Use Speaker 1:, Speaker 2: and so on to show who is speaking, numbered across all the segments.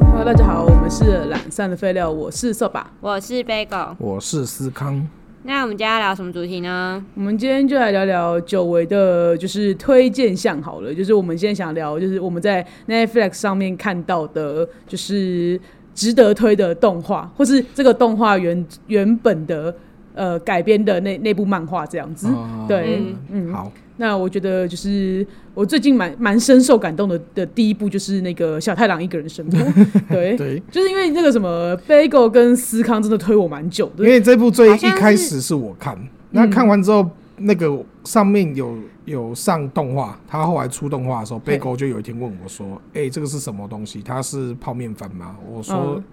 Speaker 1: Hello，大家好，我们是懒散的废料，我是色吧。
Speaker 2: 我是 Bagel。
Speaker 3: 我是思康，
Speaker 2: 那我们今天要聊什么主题呢？
Speaker 1: 我们今天就来聊聊久违的，就是推荐项好了，就是我们现在想聊，就是我们在 Netflix 上面看到的，就是值得推的动画，或是这个动画原原本的呃改编的那那部漫画这样子。
Speaker 3: 哦
Speaker 1: 对，
Speaker 2: 嗯
Speaker 1: 嗯，
Speaker 3: 好，
Speaker 1: 那我觉得就是我最近蛮蛮深受感动的的第一部就是那个小太郎一个人生活，对，
Speaker 3: 对，
Speaker 1: 就是因为那个什么 Bagel 跟思康真的推我蛮久的，
Speaker 3: 因为这部最
Speaker 2: 好
Speaker 3: 一
Speaker 2: 像是
Speaker 3: 开始是我看，那看完之后，那个上面有有上动画，他后来出动画的时候，
Speaker 1: 对
Speaker 3: 贝狗就有一天问我说：“哎、这个是什么东西？它是泡面饭吗？”我说
Speaker 1: 嗯：“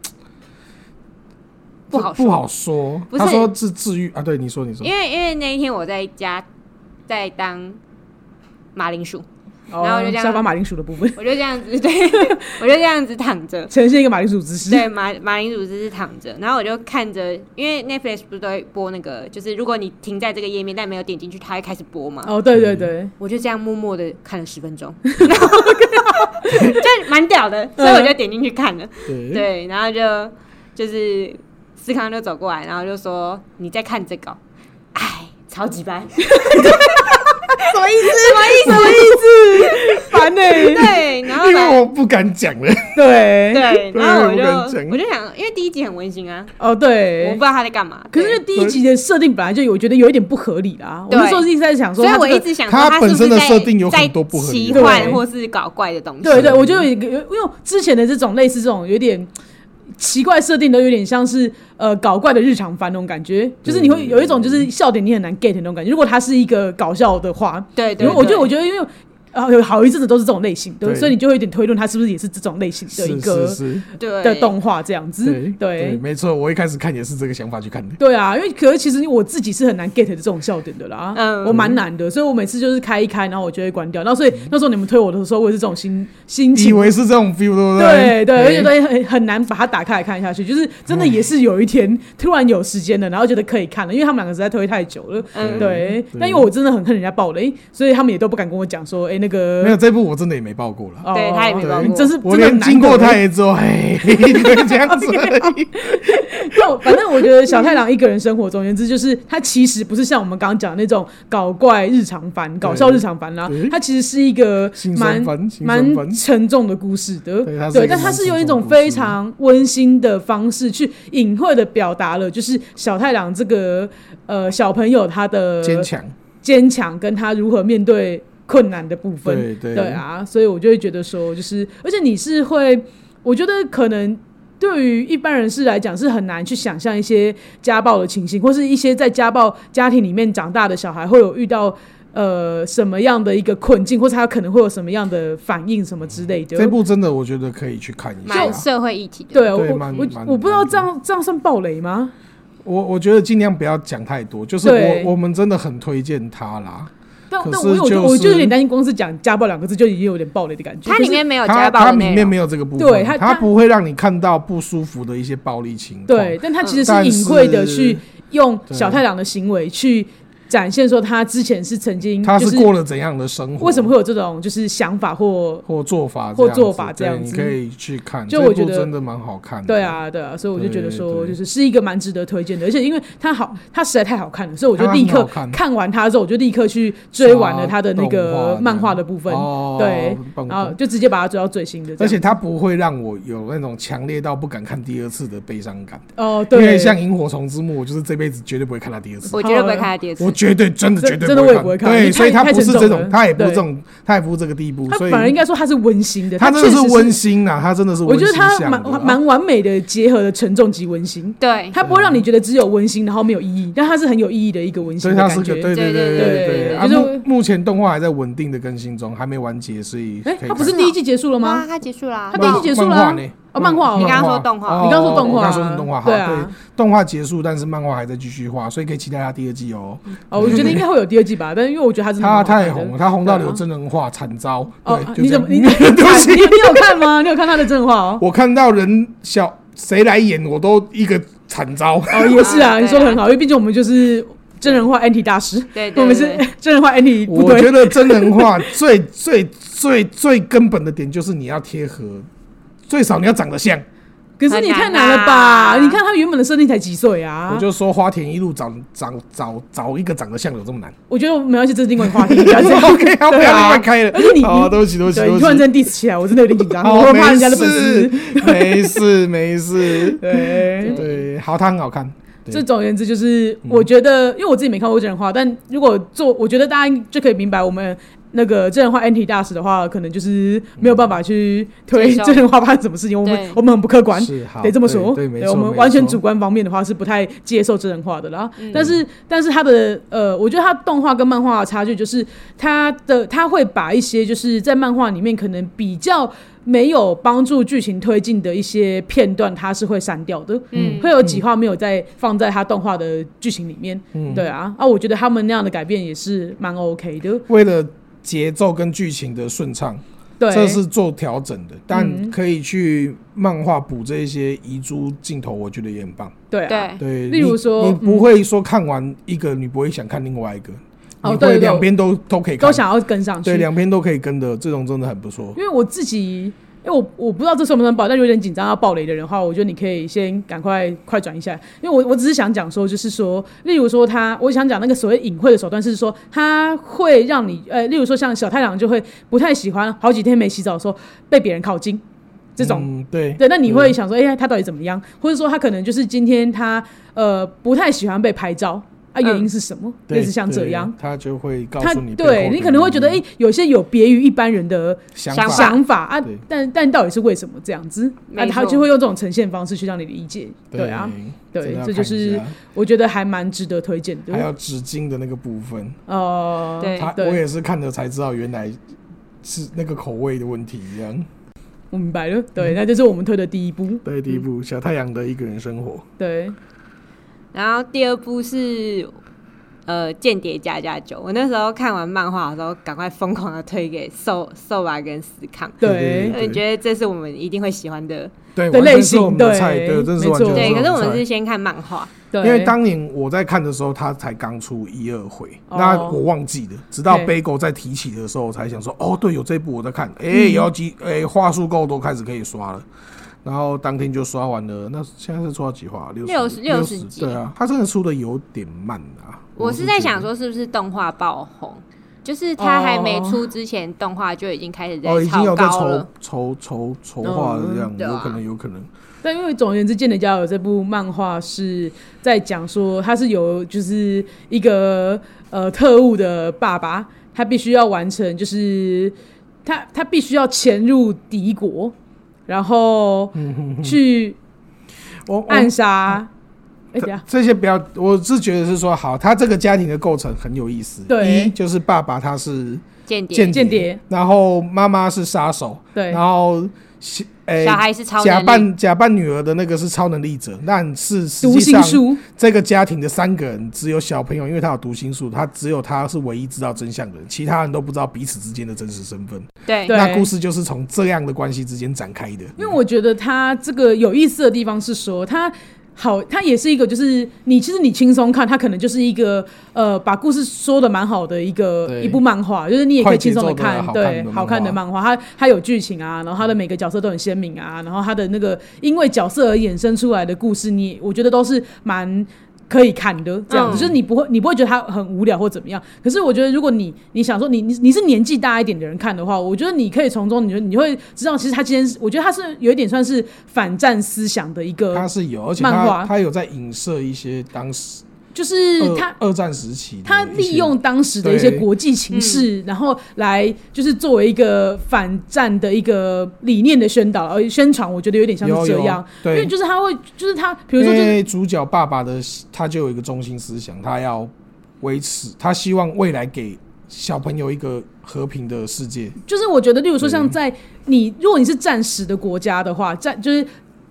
Speaker 2: 不
Speaker 3: 这
Speaker 2: 好说
Speaker 3: 不好说。”
Speaker 2: 不是
Speaker 3: 他说：“是治愈啊。”对，你说，你说
Speaker 2: 因，为因为那一天我在家在当马铃薯，然后就这样
Speaker 1: 下哦巴马铃薯的部分
Speaker 2: 我就这样子，对 我就这样子躺着。
Speaker 1: 呈现一个马铃薯姿势，
Speaker 2: 对，马马铃薯只是躺着，然后我就看着，因为 Netflix 不是都会播那个，就是如果你停在这个页面但没有点进去，它会开始播嘛。
Speaker 1: 哦，对对
Speaker 3: 嗯
Speaker 1: 对，
Speaker 2: 我就这样默默的看了十分钟，然后就 蛮屌的，所以我就点进去看了。
Speaker 3: 对
Speaker 2: 对，然后就就是思康就走过来，然后就说：“你在看这个哦？哎，超级白。
Speaker 1: 什么意思？什么意思？烦呢、”
Speaker 2: 对，然后
Speaker 3: 因
Speaker 2: 来
Speaker 3: 为我不敢讲了。
Speaker 1: 对，
Speaker 2: 对，然后我
Speaker 3: 对我不敢
Speaker 2: 就
Speaker 3: 讲
Speaker 2: 我就想，因为第一集很温馨啊，
Speaker 1: 哦
Speaker 2: 我不
Speaker 1: 对
Speaker 2: 知。道他在干嘛。
Speaker 1: 可是因为
Speaker 2: 对
Speaker 1: 第一集的设定本来就有，我觉得有一点不合理啦。我
Speaker 2: 对
Speaker 1: 那时候一直在想说
Speaker 2: 所以
Speaker 1: 他这个，
Speaker 2: 我一直想说
Speaker 3: 他
Speaker 2: 是
Speaker 3: 本
Speaker 2: 不
Speaker 3: 身
Speaker 2: 是
Speaker 3: 的
Speaker 2: 在
Speaker 3: 设定有很
Speaker 2: 在
Speaker 3: 多不合理
Speaker 2: 奇
Speaker 3: 的
Speaker 2: 幻
Speaker 1: 对
Speaker 2: 或是搞怪的东西。
Speaker 1: 对对，我就
Speaker 3: 嗯
Speaker 1: 有一个有，因为之前的这种类似这种有点奇怪设定，都有点像是呃搞怪的日常番那种感觉，就是你会
Speaker 3: 嗯
Speaker 1: 有一种就是笑点你很难 get 那种感觉。如果它是一个搞笑的话，
Speaker 2: 对
Speaker 1: 因
Speaker 2: 对，
Speaker 1: 为我觉得我
Speaker 2: 就
Speaker 1: 觉得因为。啊，有好一阵子都是这种类型，对，
Speaker 3: 对
Speaker 1: 所以你就会有点推论它是不是也是这种类型的一
Speaker 3: 是
Speaker 1: 个
Speaker 3: 是是，
Speaker 2: 对
Speaker 1: 的动画这样子，
Speaker 3: 对对，没错，我一开始看也是这个想法去看的。
Speaker 1: 对啊，因为可是其实我自己是很难 get 这种笑点的啦，
Speaker 2: 嗯
Speaker 1: 我蛮难的，所以我每次就是开一开，然后我就会关掉。然后所以那时候你们推我的时候，我也是这种心心
Speaker 3: 嗯以
Speaker 1: 情，
Speaker 3: 为是这种 feel，对不
Speaker 1: 对
Speaker 3: 对嗯
Speaker 1: 对，而且都很很难把它打开来看下去，就是真的也是有一天突然有时间了，然后觉得可以看了，因为他们两个实在推太久了。
Speaker 2: 嗯
Speaker 1: 对，
Speaker 3: 对
Speaker 1: 那因为我真的很恨人家爆雷，所以他们也都不敢跟我讲说，哎，那个
Speaker 3: 没有这部我真的也没报过了。
Speaker 1: 哦
Speaker 2: 对他也没
Speaker 3: 报
Speaker 1: 你
Speaker 2: 过
Speaker 1: 真是
Speaker 3: 我
Speaker 1: 真的很
Speaker 3: 连
Speaker 1: 难
Speaker 3: 经过
Speaker 1: 得
Speaker 3: 他也只有嘿，就这样子而已。
Speaker 1: 那 我反正我觉得小太郎一个人生活，总而言之就是他其实不是像我们刚刚讲的那种搞怪日常番、搞笑日常番啦、
Speaker 3: 对
Speaker 1: 他其实是一个
Speaker 3: 心酸
Speaker 1: 蛮
Speaker 3: 番，心酸
Speaker 1: 蛮
Speaker 3: 番，
Speaker 1: 沉重的故事的。
Speaker 3: 对它是一个
Speaker 1: 但他
Speaker 3: 蛮
Speaker 1: 是
Speaker 3: 沉
Speaker 1: 用一
Speaker 3: 重
Speaker 1: 种
Speaker 3: 的故
Speaker 1: 非
Speaker 3: 事
Speaker 1: 常温馨的方式去隐晦的表达了，就是小太郎这个呃小朋友他的
Speaker 3: 坚强，
Speaker 1: 坚强跟他如何面对困难的部分。
Speaker 3: 对对
Speaker 1: 对，啊，所以我就会觉得说，就是而且你是会，我觉得可能对于一般人士来讲是很难去想象一些家暴的情形，或是一些在家暴家庭里面长大的小孩会有遇到。呃，什么样的一个困境，或者他可能会有什么样的反应，什么之类的。
Speaker 3: 这部真的我觉得可以去看一
Speaker 2: 蛮
Speaker 3: 下。
Speaker 2: 社会议题的。
Speaker 1: 对啊我
Speaker 3: 对
Speaker 1: 我
Speaker 3: 蛮
Speaker 1: 我
Speaker 3: 蛮
Speaker 1: 我不知道
Speaker 3: 蛮
Speaker 1: 这样这样算暴雷吗？
Speaker 3: 我我觉得尽量不要讲太多，就是
Speaker 1: 对
Speaker 3: 我我们真的很推荐他啦。
Speaker 1: 但
Speaker 3: 可
Speaker 1: 但
Speaker 3: 是
Speaker 1: 我有我就我
Speaker 3: 就
Speaker 1: 就有点
Speaker 3: 是
Speaker 1: 担心，光是讲家暴两个字就已经有点暴雷的感觉。
Speaker 2: 它
Speaker 1: 可
Speaker 2: 里
Speaker 1: 是
Speaker 2: 面没有
Speaker 3: 他
Speaker 2: 家暴
Speaker 3: 他
Speaker 2: 的
Speaker 3: 里
Speaker 2: 内
Speaker 3: 面
Speaker 2: 容
Speaker 3: 没，有这个部分，
Speaker 1: 对它它
Speaker 3: 他不会让你看到不舒服的一些暴力情况。
Speaker 1: 对，但他其实
Speaker 3: 嗯但
Speaker 1: 是隐晦的去用
Speaker 3: 对
Speaker 1: 小太郎的行为去展现说他之前是曾经
Speaker 3: 他
Speaker 1: 就是
Speaker 3: 过了怎样的生活？
Speaker 1: 为什么会有这种就是想法或
Speaker 3: 或做法
Speaker 1: 或
Speaker 3: 这样子
Speaker 1: 做法这
Speaker 3: 对
Speaker 1: 样子
Speaker 3: 你可以去看。
Speaker 1: 就
Speaker 3: 这
Speaker 1: 我觉
Speaker 3: 部
Speaker 1: 得
Speaker 3: 真的蛮好看的。
Speaker 1: 对，啊对啊，所以我就觉得说
Speaker 3: 对对
Speaker 1: 就是是一个蛮值得推荐的，而且因为他好，他实在太好看了，所以我就
Speaker 3: 它
Speaker 1: 立
Speaker 3: 很好
Speaker 1: 刻
Speaker 3: 看
Speaker 1: 看完他之后，我就立刻去追完了他的那
Speaker 3: 动画
Speaker 1: 个
Speaker 3: 的
Speaker 1: 漫画的部分，
Speaker 3: 哦，
Speaker 1: 对
Speaker 3: 棒
Speaker 1: 然后
Speaker 3: 棒
Speaker 1: 就直接把它追到最新的这样，
Speaker 3: 而且它不会让我有那种强烈到不敢看第二次的悲伤感，
Speaker 1: 哦
Speaker 3: 因
Speaker 1: 对，
Speaker 3: 为像《萤火虫之墓》，我就是这辈子绝对不会看它第二次，
Speaker 2: 我绝对不会看他第二
Speaker 3: 我
Speaker 2: 次。
Speaker 3: 绝对真的
Speaker 1: 这
Speaker 3: 绝对
Speaker 1: 真的我也不会看因为太
Speaker 3: 对，所以它不是这
Speaker 1: 太沉重了
Speaker 3: 种，它也不是
Speaker 1: 对
Speaker 3: 这种，它也不是这个地步，
Speaker 1: 他
Speaker 3: 所以
Speaker 1: 反而应该说他是温馨的，
Speaker 3: 它
Speaker 1: 它
Speaker 3: 真
Speaker 1: 确
Speaker 3: 的
Speaker 1: 实
Speaker 3: 是温。馨呐，它真的是
Speaker 1: 我
Speaker 3: 温
Speaker 1: 觉
Speaker 3: 馨
Speaker 1: 得他
Speaker 3: 向
Speaker 1: 蛮
Speaker 3: 的啦
Speaker 1: 蛮完美的结合了沉重及温馨，
Speaker 2: 对，
Speaker 1: 它不会让你觉得只有温馨，然后没有意义，但它是很有意义的一个温馨
Speaker 3: 所以
Speaker 1: 的
Speaker 3: 它
Speaker 1: 感
Speaker 3: 是
Speaker 1: 觉。
Speaker 3: 个对
Speaker 2: 对
Speaker 3: 对
Speaker 2: 对
Speaker 1: 对
Speaker 3: 对
Speaker 1: 对
Speaker 3: 对啊，
Speaker 1: 就是
Speaker 3: 目目前动画还在稳定的更新中，还没完结，所以
Speaker 1: 哎、
Speaker 3: 可以
Speaker 1: 它不
Speaker 3: 看
Speaker 1: 是第一季结束了
Speaker 2: 哇，
Speaker 1: 吗？
Speaker 2: 他结束啦
Speaker 1: 它。第一季结束了啊
Speaker 3: 漫画呢
Speaker 1: 哦漫画哦
Speaker 3: 漫
Speaker 1: 你
Speaker 2: 刚刚说动画
Speaker 3: 哦
Speaker 1: 你刚刚说动画啊
Speaker 3: 我刚刚说成动画，好
Speaker 1: 对啊
Speaker 3: 动画结束，但是漫画还在继续画，所以可以期待它第二季哦。
Speaker 1: 哦，我觉得应该会有第二季吧，但是因为我觉得它真的
Speaker 3: 他
Speaker 1: 蛮好看
Speaker 3: 太
Speaker 1: 的
Speaker 3: 红了，他红到
Speaker 1: 对啊
Speaker 3: 有真人化惨遭。
Speaker 1: 哦，
Speaker 3: 对，就
Speaker 1: 你怎
Speaker 3: 这样
Speaker 1: 么你 你
Speaker 3: 对不起
Speaker 1: 你你有看吗？ 你有看他的正话哦？
Speaker 3: 我看到人小谁来演，我都一个惨遭。
Speaker 1: 哦，也是啊，
Speaker 2: 啊
Speaker 1: 你说的很好，因为毕竟我们就是真人化 anti 大师，
Speaker 2: 对对
Speaker 1: 我们是
Speaker 2: 对，
Speaker 1: 真人化 anti 部
Speaker 3: 我
Speaker 1: 队。
Speaker 3: 觉得真人化 最最最最根本的点就是你要贴合，最少你要长得像。
Speaker 1: 可是你太
Speaker 2: 很
Speaker 1: 难
Speaker 2: 难
Speaker 1: 了吧？
Speaker 2: 啊
Speaker 1: 你看他原本的设定才几岁啊？
Speaker 3: 我就说花田一路找找找找一个长得像有这么难
Speaker 1: 我觉得我没关系，这是另外一个话题。不要这样
Speaker 3: ？OK，好，不
Speaker 1: 对
Speaker 3: 要
Speaker 1: 啊
Speaker 3: 乱开了。
Speaker 1: 而且你
Speaker 3: 好，
Speaker 1: 你
Speaker 3: 对不起，对不起，
Speaker 1: 对
Speaker 3: 对不
Speaker 1: 你
Speaker 3: 起
Speaker 1: 突。然间 diss 起来，我真的有点紧张，啊我
Speaker 3: 好，
Speaker 1: 会
Speaker 3: 哦没
Speaker 1: 怕人
Speaker 3: 事，
Speaker 1: 家的粉丝。
Speaker 3: 没事，没事。
Speaker 1: 对，
Speaker 3: 对，好，它很好看。对
Speaker 1: 这总而言之，就是我觉
Speaker 2: 嗯
Speaker 1: 得，因为我自己没看过真人化，但如果做，我觉得大家就可以明白我们。那个真人化 NT 大使的话，可能就是没有办法去推
Speaker 2: 接受
Speaker 1: 真人化发生什么事情，我
Speaker 2: 对
Speaker 1: 们我们很不客观，
Speaker 3: 是好，
Speaker 1: 得这么说。
Speaker 3: 对，对没错，
Speaker 1: 我们
Speaker 3: 没
Speaker 1: 完全
Speaker 3: 错
Speaker 1: 主观方面的话是不太接受真人化的啦。但是，但是它的呃，我觉得它动画跟漫画的差距就是它的它会把一些就是在漫画里面可能比较没有帮助剧情推进的一些片段，它是会删掉的。
Speaker 2: 嗯
Speaker 1: 会有几话没有在放在它动画的剧情里面。
Speaker 3: 嗯
Speaker 1: 对啊，啊，我觉得他们那样的改变也是蛮 OK 的。
Speaker 3: 为了节奏跟剧情的顺畅，
Speaker 1: 对，
Speaker 3: 这是做调整的，但
Speaker 1: 嗯
Speaker 3: 可以去漫画补这些遗珠镜头，我觉得也很棒。
Speaker 1: 对啊，
Speaker 2: 对，
Speaker 3: 对，
Speaker 1: 例如
Speaker 3: 你
Speaker 1: 说
Speaker 3: 你
Speaker 1: 嗯
Speaker 3: 不会说看完一个，你不会想看另外一个，
Speaker 1: 哦
Speaker 3: 你
Speaker 1: 对
Speaker 3: 会
Speaker 1: 对
Speaker 3: 两边都都可以看
Speaker 1: 都，想要跟上去。
Speaker 3: 对，两边都可以跟的，这种真的很不错。
Speaker 1: 因为我自己，因为我我不知道这算不算爆，但有点紧张要爆雷的人的话，我觉得你可以先赶快快转一下，因为我我只是想讲说，就是说，例如说他，我想讲那个所谓隐晦的手段是说，他会让你，呃，例如说像小太郎就会不太喜欢好几天没洗澡的时候被别人靠近这种。
Speaker 3: 嗯对
Speaker 1: 对，那你会想说，哎、呀，他到底怎么样？或者说他可能就是今天他呃不太喜欢被拍照啊，原因是什么？
Speaker 3: 嗯对
Speaker 1: 类似像这
Speaker 3: 对
Speaker 1: 样，
Speaker 3: 他就会告
Speaker 1: 他
Speaker 3: 诉你背后的
Speaker 1: 对
Speaker 3: 原因，
Speaker 1: 你可能会觉得，哎、有些有别于一般人的
Speaker 3: 想
Speaker 2: 想
Speaker 3: 法
Speaker 2: 法
Speaker 1: 想法啊
Speaker 3: 对，
Speaker 1: 但但到底是为什么这样子？那、
Speaker 2: 没
Speaker 1: 他
Speaker 2: 错
Speaker 1: 就会用这种呈现方式去让你理解。对啊，，
Speaker 3: 真
Speaker 1: 对
Speaker 3: 的要，
Speaker 1: 这就
Speaker 3: 看一
Speaker 1: 是
Speaker 3: 下
Speaker 1: 我觉得还蛮值得推荐
Speaker 3: 还
Speaker 1: 的。
Speaker 3: 有纸巾的那个部分，
Speaker 1: 呃，
Speaker 2: 对
Speaker 3: 他我
Speaker 1: 对
Speaker 3: 也是看了才知道，原来是那个口味的问题一样。
Speaker 1: 我明白了。
Speaker 3: 嗯
Speaker 1: 对，那就是我们推的第一部。
Speaker 3: 对，第一部《小太阳的一个人生活》，
Speaker 1: 对，
Speaker 2: 然后第二部是呃《间谍加加九》，我那时候看完漫画的时候，赶快疯狂的推给瘦瘦吧跟思康，
Speaker 1: 对
Speaker 2: 因为觉得这是我们一定会喜欢的。
Speaker 3: 对
Speaker 1: 的
Speaker 3: 完全
Speaker 1: 类
Speaker 3: 是
Speaker 1: 型
Speaker 3: 我们的
Speaker 1: 对
Speaker 3: 菜，对，真的是
Speaker 1: 没
Speaker 3: 完全
Speaker 1: 错
Speaker 2: 对，可
Speaker 3: 我
Speaker 2: 是
Speaker 3: 们的
Speaker 2: 我们
Speaker 3: 菜
Speaker 2: 是先看漫画，
Speaker 1: 对，
Speaker 3: 因为当年我在看的时候，他才刚出一二回，那
Speaker 1: 哦
Speaker 3: 我忘记了，直到
Speaker 1: 对
Speaker 3: Bagel 在提起的时候，我才想说，哦，对，有这一部我在看，哎、
Speaker 1: 嗯
Speaker 3: 也要几，哎、话术够多，开始可以刷了。然后当天就刷完了，那现在是出到几话？六
Speaker 2: 六
Speaker 3: 十
Speaker 2: 十
Speaker 3: 六
Speaker 2: 六
Speaker 3: 十
Speaker 2: 十
Speaker 3: 对啊，他真的出的有点慢啊。
Speaker 2: 我是在
Speaker 3: 觉得
Speaker 2: 想，说是不是动画爆红，就是它还没
Speaker 1: 哦
Speaker 2: 出之前，动画就已经开始
Speaker 3: 哦，
Speaker 2: 在
Speaker 3: 已经
Speaker 2: 炒
Speaker 3: 有在
Speaker 2: 高
Speaker 3: 筹
Speaker 2: 了。
Speaker 3: 筹筹筹划了这样，
Speaker 2: 嗯对啊
Speaker 3: 有可能，有可能。
Speaker 1: 但因为总而言之，《间谍家有》这部漫画是在讲说，他是有就是一个呃特务的爸爸，他必须要完成，就是他他必须要潜入敌国，然 后去
Speaker 3: 我我
Speaker 1: 暗杀。哎、等一
Speaker 3: 这
Speaker 1: 下
Speaker 3: 这些不要，我是觉得是说，好，他这个家庭的构成很有意思。
Speaker 1: 对
Speaker 3: 一就是爸爸他是
Speaker 2: 间谍
Speaker 3: 间
Speaker 1: 间谍，
Speaker 3: 然后妈妈是杀手，
Speaker 1: 对
Speaker 3: 然后小诶
Speaker 2: 小孩是超
Speaker 3: 假
Speaker 2: 能力，
Speaker 3: 扮假扮女儿的那个是超能力者，但是实
Speaker 1: 读
Speaker 3: 际
Speaker 1: 心
Speaker 3: 上
Speaker 1: 术，
Speaker 3: 这个家庭的三个人只有小朋友，因为他有读心术，他只有他是唯一知道真相的人，其他人都不知道彼此之间的真实身份。
Speaker 2: 对
Speaker 1: 对
Speaker 3: 那故事就是从这样的关系之间展开的。
Speaker 1: 因为我觉得他这个有意思的地方是说，他好，他也是一个，就是你其实你轻松看，他可能就是一个呃，把故事说的蛮好的一个
Speaker 3: 对
Speaker 1: 一部漫画，就是你也可以轻松地看，
Speaker 3: 快节奏的
Speaker 1: 对，
Speaker 3: 好
Speaker 1: 好看
Speaker 3: 看的
Speaker 1: 的漫画，它它有剧情啊，然后它的每个角色都很鲜明啊，然后它的那个因为角色而衍生出来的故事，你我觉得都是蛮。可以看的这样子，
Speaker 2: 嗯
Speaker 1: 就是你不会，你不会觉得它很无聊或怎么样。可是我觉得，如果你你想说你你你是年纪大一点的人看的话，我觉得你可以从中你就你会知道，其实他今天是我觉得他是有一点算是反战思想的一
Speaker 3: 他
Speaker 1: 个，
Speaker 3: 是有，而且
Speaker 1: 漫
Speaker 3: 他
Speaker 1: 画
Speaker 3: 他有在影射一些当时
Speaker 1: 就是
Speaker 3: 二
Speaker 1: 他
Speaker 3: 二战时期的
Speaker 1: 他
Speaker 3: 一
Speaker 1: 利
Speaker 3: 些
Speaker 1: 用当时的一些
Speaker 3: 呃对
Speaker 1: 国际情势，然后来就是作为一个反战的一个理念的宣导而宣传，我觉得有点像
Speaker 3: 有
Speaker 1: 是这
Speaker 3: 有
Speaker 1: 样，因
Speaker 3: 对
Speaker 1: 为，就是他会就是他，比
Speaker 3: 因
Speaker 1: 如说就是
Speaker 3: 为主角爸爸的他就有一个中心思想，他要维持，他希望未来给小朋友一个和平的世界。
Speaker 1: 就是我觉得，例如说像
Speaker 3: 对
Speaker 1: 在你如果你是战时的国家的话，战就是。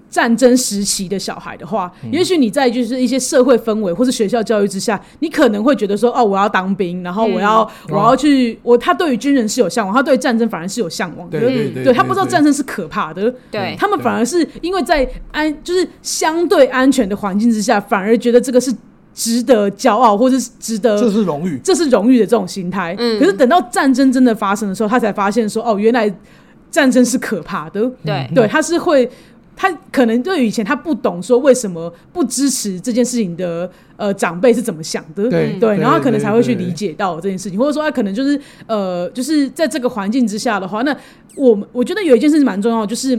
Speaker 1: 战争时期的小孩的话，也许你在就是一些社会氛围或是学校教育之下，你可能会觉得说，哦，我要当兵，然后我要、
Speaker 3: 嗯
Speaker 1: 我要去，我他对于军人是有向往，他对战争反而是有向往的，
Speaker 3: 对对对，
Speaker 1: 嗯对他不知道战争是可怕的，
Speaker 3: 嗯
Speaker 2: 对
Speaker 1: 他们反而是因为在安就是相对安全的环境之下，反而觉得这个是值得骄傲或者是值得
Speaker 3: 这是荣誉，
Speaker 1: 这是荣誉的这种心态。
Speaker 2: 嗯
Speaker 1: 可是等到战争真的
Speaker 2: 嗯
Speaker 3: 嗯
Speaker 1: 发生的时候，他才发现说，哦，原来战争是可怕的。
Speaker 2: 对
Speaker 1: 对，他是会他可能对于以前他不懂说为什么不支持这件事情的呃长辈是怎么想的，
Speaker 3: 对
Speaker 1: 嗯对，然后他可能才会去
Speaker 3: 对
Speaker 1: 理解到这件事情，或者说他可能就是呃，就是在这个环境之下的话，那我们我觉得有一件事情蛮重要的，就是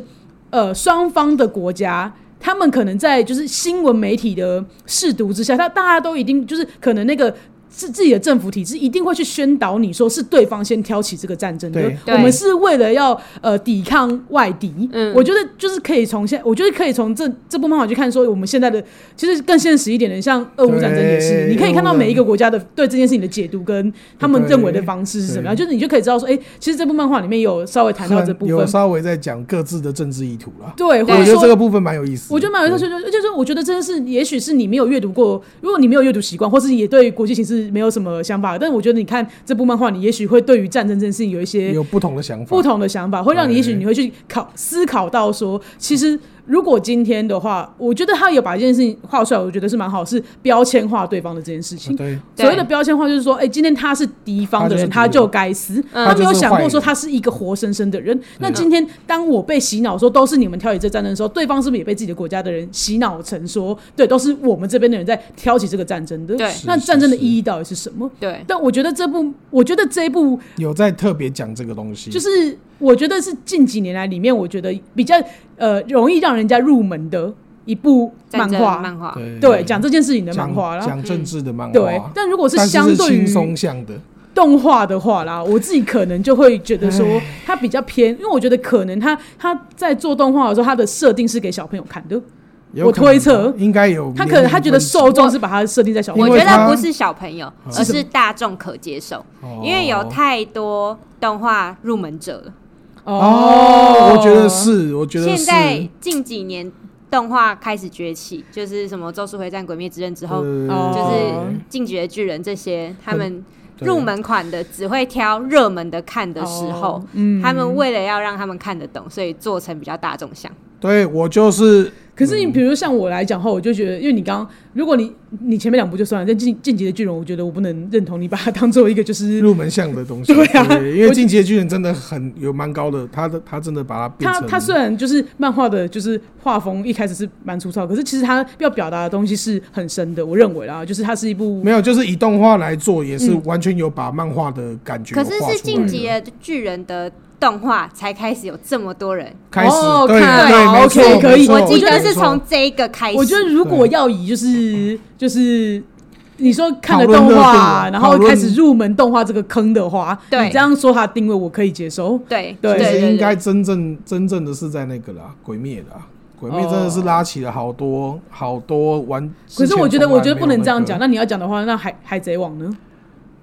Speaker 1: 呃双方的国家。他们可能在就是新闻媒体的试读之下，他大家都一定就是可能那个自自己的政府体制一定会去宣导你说是对方先挑起这个战争的
Speaker 3: 对，
Speaker 1: 我们
Speaker 2: 对
Speaker 1: 是为了要呃抵抗外敌。
Speaker 2: 嗯
Speaker 1: 我觉得就是可以从现，我觉得可以从这这部漫画去看，说我们现在的其实更现实一点的，像俄乌战争也是，
Speaker 3: 对
Speaker 1: 你可以看到
Speaker 3: 俄乌战
Speaker 1: 每一个国家的对这件事情的解读跟他们认为的方式是什么样，就
Speaker 3: 对
Speaker 1: 是你就可以知道说，哎、其实这部漫画里面有稍微谈到这部
Speaker 3: 有
Speaker 1: 分，
Speaker 3: 稍微在讲各自的政治意图啦。
Speaker 1: 对，或
Speaker 3: 我
Speaker 1: 者
Speaker 3: 觉得
Speaker 1: 说
Speaker 3: 这个部分蛮有意思的。
Speaker 1: 我觉得蛮有趣，就就是我觉得这件事，也许是你没有阅读过，如果你没有阅读习惯，或是也对国际形势没有什么想法，但我觉得你看这部漫画，你也许会对于战争这件事情有一
Speaker 3: 对
Speaker 1: 些
Speaker 3: 有不同的想法，
Speaker 1: 不同的想法，会让你也许
Speaker 3: 对
Speaker 1: 你会去考思考到说，其实如果今天的话，我觉得他有把这件事情画出来，我觉得是蛮好，是标签化对方的这件事
Speaker 3: 啊
Speaker 1: 情。
Speaker 3: 对，
Speaker 2: 对
Speaker 1: 所谓的标签化就是说，哎、今天他是敌方的人，
Speaker 3: 他
Speaker 1: 他
Speaker 3: 就是敌人
Speaker 1: 就该死。
Speaker 2: 嗯
Speaker 1: 他没有
Speaker 3: 就是
Speaker 1: 想
Speaker 3: 坏
Speaker 1: 过
Speaker 3: 人啊
Speaker 1: 说他是一个活生生的人。那今天当我被洗脑说都是你们挑起这战争的时候，对方是不是也被自己的国家的人洗脑成说，对，都是我们这边的人在挑起这个战争的？
Speaker 2: 对
Speaker 1: 那
Speaker 3: 是是
Speaker 1: 战争的
Speaker 3: 是
Speaker 1: 意义到底是什么？
Speaker 2: 对
Speaker 1: 但我觉得这部，我觉得这一部
Speaker 3: 有在特别讲这个东西，
Speaker 1: 就是我觉得是近几年来里面，我觉得比较呃容易让人家入门的一部
Speaker 2: 战
Speaker 1: 漫
Speaker 2: 争
Speaker 1: 画。
Speaker 2: 漫画，
Speaker 3: 对
Speaker 1: 对，讲这件事情的漫
Speaker 3: 讲
Speaker 1: 画啦。
Speaker 3: 讲政治的漫画，
Speaker 1: 对，但如果
Speaker 3: 但
Speaker 1: 相对于
Speaker 3: 轻松向的，
Speaker 1: 动画的话啦，我自己可能就会觉得说它比较偏，因为我觉得可能它它在做动画的时候，它的设定是给小朋友看的，
Speaker 3: 也有可能
Speaker 1: 我推测
Speaker 3: 应该有
Speaker 1: 他可能他觉得受众是把它设定在小朋
Speaker 2: 我
Speaker 1: 友
Speaker 3: 因
Speaker 2: 觉
Speaker 3: 为
Speaker 1: 看，
Speaker 2: 得
Speaker 3: 它
Speaker 2: 不是小朋友，
Speaker 3: 是
Speaker 2: 而
Speaker 3: 什
Speaker 2: 是大众可接受，
Speaker 3: 哦，
Speaker 2: 因为有太多动画入门者了。
Speaker 3: 哦，我觉得是，我觉得
Speaker 2: 现
Speaker 3: 是
Speaker 2: 在近几年动画开始崛起，就是什么《咒术回战》《鬼灭之刃》之后，
Speaker 1: 哦
Speaker 2: 就是《进击的巨人》这些，他们
Speaker 3: 对
Speaker 2: 入门款的只会挑热门的看的时候
Speaker 1: 哦，嗯
Speaker 2: 他们为了要让他们看得懂，所以做成比较大众向。
Speaker 3: 对我就是
Speaker 1: 可是
Speaker 3: 嗯
Speaker 1: 你比如像我来讲的话，我就觉得，因为你刚刚如果你你前面两部就算了，但进进击的巨人，我觉得我不能认同你把它当做一个 就是
Speaker 3: 入门向的东西，
Speaker 1: 对啊
Speaker 3: 因为
Speaker 1: 我
Speaker 3: 《进击的巨人》真的很有蛮高的，他的他真的把它变
Speaker 1: 他
Speaker 3: 成
Speaker 1: 他虽然就是漫画的，就是画风一开始是蛮粗糙，可是其实他要表达的东西是很深的，我认为啦，就是它是一部
Speaker 3: 没有，就是以动画来做，也是完全有把漫画的感觉
Speaker 2: 可
Speaker 3: 画
Speaker 2: 是
Speaker 3: 出来的。
Speaker 2: 是《进击的巨人》的动画才开始有这么多人，
Speaker 3: 开始
Speaker 1: 哦
Speaker 3: 对
Speaker 1: 看
Speaker 3: 对，没错
Speaker 1: OK，可以
Speaker 3: 没错
Speaker 1: 我
Speaker 2: 我记
Speaker 1: 觉
Speaker 2: 得
Speaker 1: 得
Speaker 2: 是
Speaker 3: 没错
Speaker 2: 从这一个开始。
Speaker 1: 我觉得如果要以就是就是你说看了
Speaker 3: 讨论
Speaker 1: 动
Speaker 3: 热度
Speaker 1: 画，
Speaker 3: 啊
Speaker 1: 然后
Speaker 3: 讨论
Speaker 1: 开始入门动画这个坑的话，
Speaker 2: 对
Speaker 1: 你这样说它的定位我可以接受。
Speaker 2: 对
Speaker 1: 对
Speaker 2: 对
Speaker 3: 其
Speaker 2: 对
Speaker 3: 实
Speaker 2: 对
Speaker 3: 应该真正真正的是在那个啦，《鬼灭》啦，《鬼灭》真的是拉起了好多好多玩。
Speaker 1: 哦可是我觉得，我觉得不能这样讲。
Speaker 3: 那
Speaker 1: 那你要讲的话，那海海贼王
Speaker 2: 嗯
Speaker 1: 呢？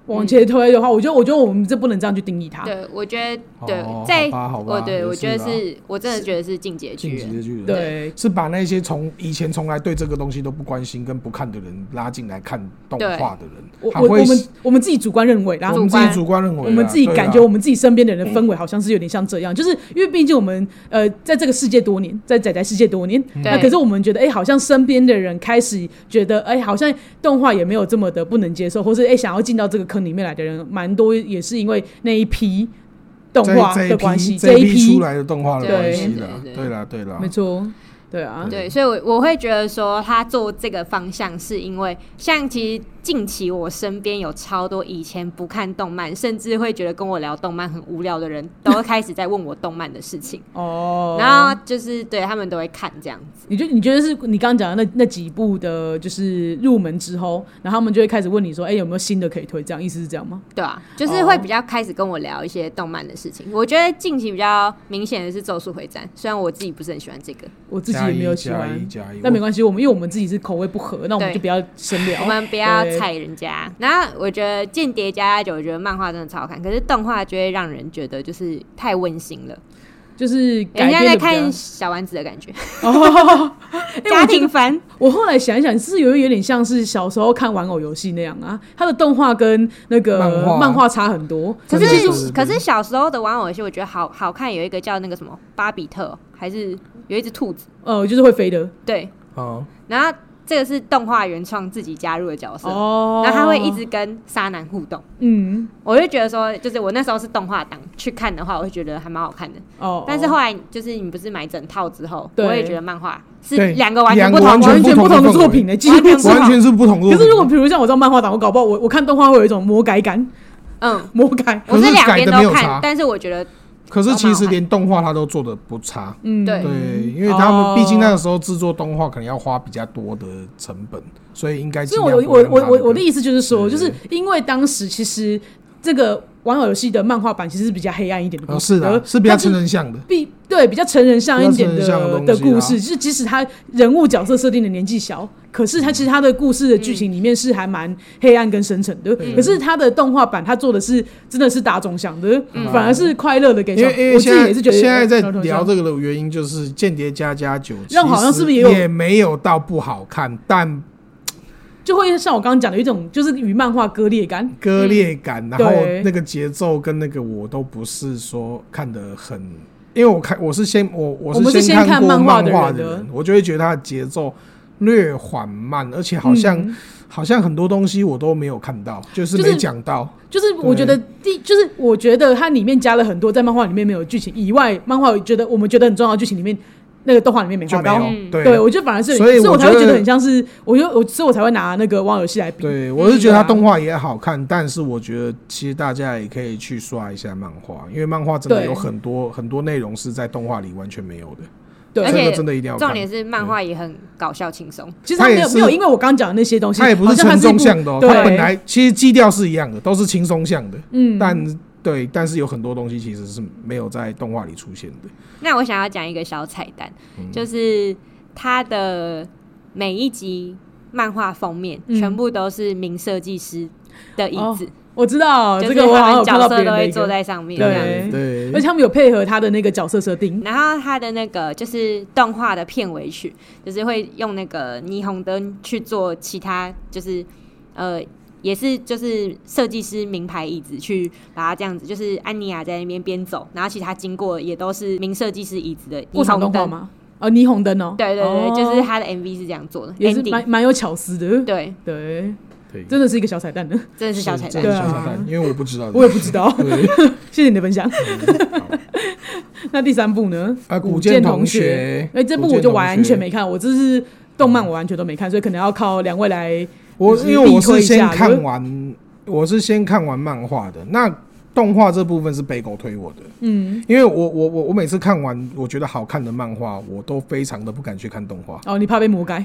Speaker 1: 往前推的话，我觉得，我觉得我们这不能这样去定义它。
Speaker 2: 对，我觉得对
Speaker 3: 哦，
Speaker 2: 在
Speaker 3: 好吧好吧
Speaker 2: 我对
Speaker 3: 也
Speaker 2: 我觉得
Speaker 3: 是啊
Speaker 2: 是我真的觉得是进阶巨
Speaker 3: 进击
Speaker 2: 人，
Speaker 3: 的巨人，
Speaker 1: 对
Speaker 3: 是把那些从以前从来对这个东西都不关心跟不看的人拉进来看动画的
Speaker 1: 我
Speaker 3: 人，他
Speaker 1: 我
Speaker 3: 会
Speaker 1: 我们我们自己主观认为啦，
Speaker 3: 我们自己主观认为
Speaker 1: 我
Speaker 3: 啦，
Speaker 1: 们自己
Speaker 3: 对啊
Speaker 1: 感觉，我们自己身边的人的氛围好像是有点像这样，就是因为毕竟我们呃在这个世界多年，在仔仔世界多年，那
Speaker 2: 嗯对
Speaker 1: 可是我们觉得，哎、好像身边的人开始觉得，哎、好像动画也没有这么的不能接受，或是哎、想要进到这个坑里面来的人，蛮多也是因为那一批动
Speaker 3: 这
Speaker 1: 画
Speaker 3: 这一
Speaker 1: 的
Speaker 3: 批
Speaker 1: 关系，
Speaker 3: 这
Speaker 1: 一
Speaker 3: 批
Speaker 1: 批
Speaker 3: 出来的动画的
Speaker 1: 对
Speaker 3: 关系
Speaker 2: 对
Speaker 3: 啦，
Speaker 2: 对对
Speaker 3: 对啦对啦
Speaker 1: 没，错，对啊，
Speaker 2: 对，所以我，我会觉得说他做这个方向，是因为像其实近期我身边有超多以前不看动漫，甚至会觉得跟我聊动漫很无聊的人， 都会开始在问我动漫的事情，
Speaker 1: 哦，
Speaker 2: 然后就是对他们都会看这样子。
Speaker 1: 你觉你觉得是你刚刚讲的那那几部的，就是入门之后，然后他们就会开始问你说，哎、有没有新的可以推？这样意思是这样吗？
Speaker 2: 对啊，就是
Speaker 3: 哦
Speaker 2: 会比较开始跟我聊一些动漫的事情。我觉得近期比较明显的是《咒术回战》，虽然我自己不是很喜欢这个，
Speaker 1: 我自己
Speaker 3: 加
Speaker 1: 也
Speaker 3: 一
Speaker 1: 没有喜
Speaker 3: 加
Speaker 1: 欢
Speaker 3: 一，加一，
Speaker 1: 那没关系，我们因为我们自己是口味不合，那我们
Speaker 2: 对
Speaker 1: 就不要深聊。
Speaker 2: 我们不要
Speaker 1: 对
Speaker 2: 踩人家。然后我觉得《间谍加加酒》，我觉得漫画真的超好看，可是动画就会让人觉得就是太温馨了，
Speaker 1: 就是
Speaker 2: 人
Speaker 1: 改
Speaker 2: 家
Speaker 1: 编
Speaker 2: 在
Speaker 1: 的比较
Speaker 2: 看小丸子的感觉，
Speaker 1: 哦。哎我
Speaker 2: 家
Speaker 1: 觉
Speaker 2: 庭
Speaker 1: 得
Speaker 2: 番。
Speaker 1: 我后来想一想，是有有点像是小时候看玩偶游戏那样啊，它的动画跟那
Speaker 3: 漫
Speaker 1: 个
Speaker 3: 画
Speaker 1: 漫画差很多。
Speaker 2: 可
Speaker 3: 真的是
Speaker 2: 是可是小时候的玩偶游戏，我觉得好好看，有一个叫那个什么巴比特，还是有一只兔子，
Speaker 1: 呃，就是会飞的，
Speaker 2: 对，
Speaker 3: 哦，
Speaker 2: 然后。这个是动画原创自己加入的角色，
Speaker 1: 哦，
Speaker 2: 然后他会一直跟沙男互动。
Speaker 1: 嗯
Speaker 2: 我就觉得说，就是我那时候是动画党去看的话，我会觉得还蛮好看的。
Speaker 1: 哦，
Speaker 2: 但是后来就是你不是买整套之后，我
Speaker 1: 对
Speaker 2: 也觉得漫画是
Speaker 3: 对
Speaker 2: 两个完全
Speaker 3: 两
Speaker 2: 不
Speaker 3: 个
Speaker 2: 同
Speaker 1: 完
Speaker 2: 的。
Speaker 1: 全
Speaker 3: 完全
Speaker 1: 不
Speaker 3: 不
Speaker 1: 同
Speaker 3: 同
Speaker 1: 的
Speaker 3: 的
Speaker 1: 作
Speaker 3: 作
Speaker 1: 品
Speaker 3: 品
Speaker 1: 呢，几乎
Speaker 2: 完全不
Speaker 1: 是。
Speaker 3: 完全是不同路
Speaker 1: 可
Speaker 3: 的。
Speaker 1: 是如果比如像我这种漫画党，我搞不好我我看动画会有一种魔改感，
Speaker 2: 嗯，
Speaker 1: 魔改。
Speaker 2: 我
Speaker 3: 可是
Speaker 2: 两
Speaker 3: 改
Speaker 2: 边
Speaker 3: 的
Speaker 2: 都
Speaker 3: 没有差
Speaker 2: 看，但是我觉得
Speaker 3: 可是其实连动画它都做的不差，
Speaker 1: 嗯，
Speaker 2: 对
Speaker 3: 对，因为他们毕竟那
Speaker 1: 哦
Speaker 3: 个时候制作动画可能要花比较多的成本，所以应该
Speaker 1: 所
Speaker 3: 尽
Speaker 1: 以
Speaker 3: 量
Speaker 1: 我
Speaker 3: 不
Speaker 1: 我
Speaker 3: 会让
Speaker 1: 我
Speaker 3: 它
Speaker 1: 我
Speaker 3: 那
Speaker 1: 我
Speaker 3: 个
Speaker 1: 的意思就是说，就
Speaker 3: 对
Speaker 1: 是因为当时其实这个玩偶游戏的漫画版其实是比较黑暗一点的故
Speaker 3: 呃
Speaker 1: 事，
Speaker 3: 是
Speaker 1: 而
Speaker 3: 的，是比较
Speaker 1: 它
Speaker 3: 成人向的。
Speaker 1: 比对比较成人像一点
Speaker 3: 比较成人
Speaker 1: 的的
Speaker 3: 向的东西啊
Speaker 1: 故事，就是即使他人物角色设定的年纪小，可是他其实他的故事的剧情里面是还蛮黑暗跟深沉的。
Speaker 3: 嗯
Speaker 1: 可是他的动画版，他做的是真的是打中想的，反而是快乐的给
Speaker 3: 嗯因
Speaker 1: 小。
Speaker 3: 为因
Speaker 1: 我
Speaker 3: 为
Speaker 1: 自
Speaker 3: 现
Speaker 1: 己
Speaker 3: 在
Speaker 1: 也是觉得
Speaker 3: 现在在聊
Speaker 1: 个，
Speaker 3: 这个的原因就是《间谍加加九》，
Speaker 1: 让好像是不是也
Speaker 3: 也
Speaker 1: 有
Speaker 3: 没有到不好看，但
Speaker 1: 就会像我刚刚讲的有一种就是与漫画割裂感。
Speaker 3: 割裂感，然后
Speaker 1: 嗯对
Speaker 3: 那个节奏跟那个我都不是说看得很，因为我看我是先我
Speaker 1: 我
Speaker 3: 我
Speaker 1: 们是先
Speaker 3: 看
Speaker 1: 看
Speaker 3: 过
Speaker 1: 漫画的
Speaker 3: 画
Speaker 1: 人的
Speaker 3: 人，我就会觉得它的节奏略缓慢，而且好像、
Speaker 1: 嗯
Speaker 3: 好像很多东西我都没有看到，就是
Speaker 1: 就是
Speaker 3: 没讲到。
Speaker 1: 就是我觉得第，就是我觉得它里面加了很多在漫画里面没有剧情以外，漫画觉得我们觉得很重要的剧情里面，那个动画里面没
Speaker 3: 就
Speaker 1: 画
Speaker 3: 没
Speaker 1: 到。
Speaker 3: 有
Speaker 2: 嗯，
Speaker 3: 对
Speaker 1: 对，我觉得反而是，
Speaker 3: 所以我
Speaker 1: 我才会
Speaker 3: 觉得
Speaker 1: 觉得很像是，我就我，所以我才会拿那个网友游戏来比。
Speaker 3: 对，我是觉得
Speaker 1: 对啊
Speaker 3: 它动画也好看，但是我觉得其实大家也可以去刷一下漫画，因为漫画真的
Speaker 1: 对
Speaker 3: 有很多很多内容是在动画里完全没有的。
Speaker 1: 对
Speaker 2: 而
Speaker 3: 这
Speaker 2: 且
Speaker 3: 个真的一定要看
Speaker 2: 重点是漫画也很搞笑轻松。
Speaker 1: 其实他没
Speaker 3: 它
Speaker 1: 有
Speaker 3: 也是
Speaker 1: 没有，因为我刚刚讲的那些东西，
Speaker 3: 它也不
Speaker 1: 好
Speaker 3: 是
Speaker 1: 像它
Speaker 3: 沉
Speaker 1: 是一部
Speaker 3: 重向的、哦，
Speaker 1: 对
Speaker 3: 它本来其实基调是一样的，都是轻松向的，
Speaker 1: 嗯，
Speaker 3: 但对，但是有很多东西其实是没有在动画里出现的。
Speaker 2: 那我想要讲一个小彩蛋，就是它的每一集漫画封面、
Speaker 1: 嗯
Speaker 2: 全部都是名设计师的椅子，
Speaker 1: 我知道
Speaker 2: 就
Speaker 1: 哦这
Speaker 2: 是
Speaker 1: 个我好
Speaker 2: 他
Speaker 1: 像有看
Speaker 2: 们角
Speaker 1: 到别
Speaker 2: 色
Speaker 1: 人
Speaker 2: 都
Speaker 1: 的
Speaker 2: 会
Speaker 1: 一
Speaker 2: 坐
Speaker 1: 个，
Speaker 2: 在上面这样。
Speaker 1: 对
Speaker 3: 对对
Speaker 1: 而且他们有配合他的那个角色设定，
Speaker 2: 然后它的那个就是动画的片尾曲，就是会用那个霓虹灯去做其他，就是呃，也是就是设计师名牌椅子去把它这样子，就是安妮亚在那边边走，然后其他经过也都是名设计师椅子的
Speaker 1: 过
Speaker 2: 霓
Speaker 1: 场
Speaker 2: 虹
Speaker 1: 动画
Speaker 2: 灯。
Speaker 1: 吗？哦，霓虹灯哦，
Speaker 2: 对对对，
Speaker 1: 哦
Speaker 2: 就是他的 MV 是这样做的
Speaker 1: 也是
Speaker 2: ，ending。
Speaker 1: 蛮蛮有巧思的，
Speaker 2: 对，
Speaker 1: 对，
Speaker 3: 对，
Speaker 1: 真的是一个小彩蛋的，
Speaker 2: 真的是小彩
Speaker 3: 真
Speaker 2: 蛋。
Speaker 3: 的
Speaker 1: 对
Speaker 3: 是
Speaker 1: 啊
Speaker 3: 小彩蛋，因为我不知道的。
Speaker 1: 我也不知 道，
Speaker 3: 对，
Speaker 1: 谢谢你的分享。
Speaker 3: 嗯好
Speaker 1: 那第三部呢？
Speaker 3: 啊古
Speaker 1: 剑
Speaker 3: 剑同
Speaker 1: 学
Speaker 3: 学，
Speaker 1: 哎，这部
Speaker 3: 古剑
Speaker 1: 我就
Speaker 3: 同
Speaker 1: 完全
Speaker 3: 学
Speaker 1: 没看，我这是动漫我完全都没看，所以可能要靠两位来，
Speaker 3: 我
Speaker 1: 就是
Speaker 3: 因为我
Speaker 1: 避讳
Speaker 3: 是
Speaker 1: 一下
Speaker 3: 先
Speaker 1: 如
Speaker 3: 看
Speaker 1: 果
Speaker 3: 完，我是先看完漫画的，那动画这部分是北狗推我的，
Speaker 1: 嗯，
Speaker 3: 因为我我我我每次看完我觉得好看的漫画，我都非常的不敢去看动画。
Speaker 1: 哦，你怕被魔改，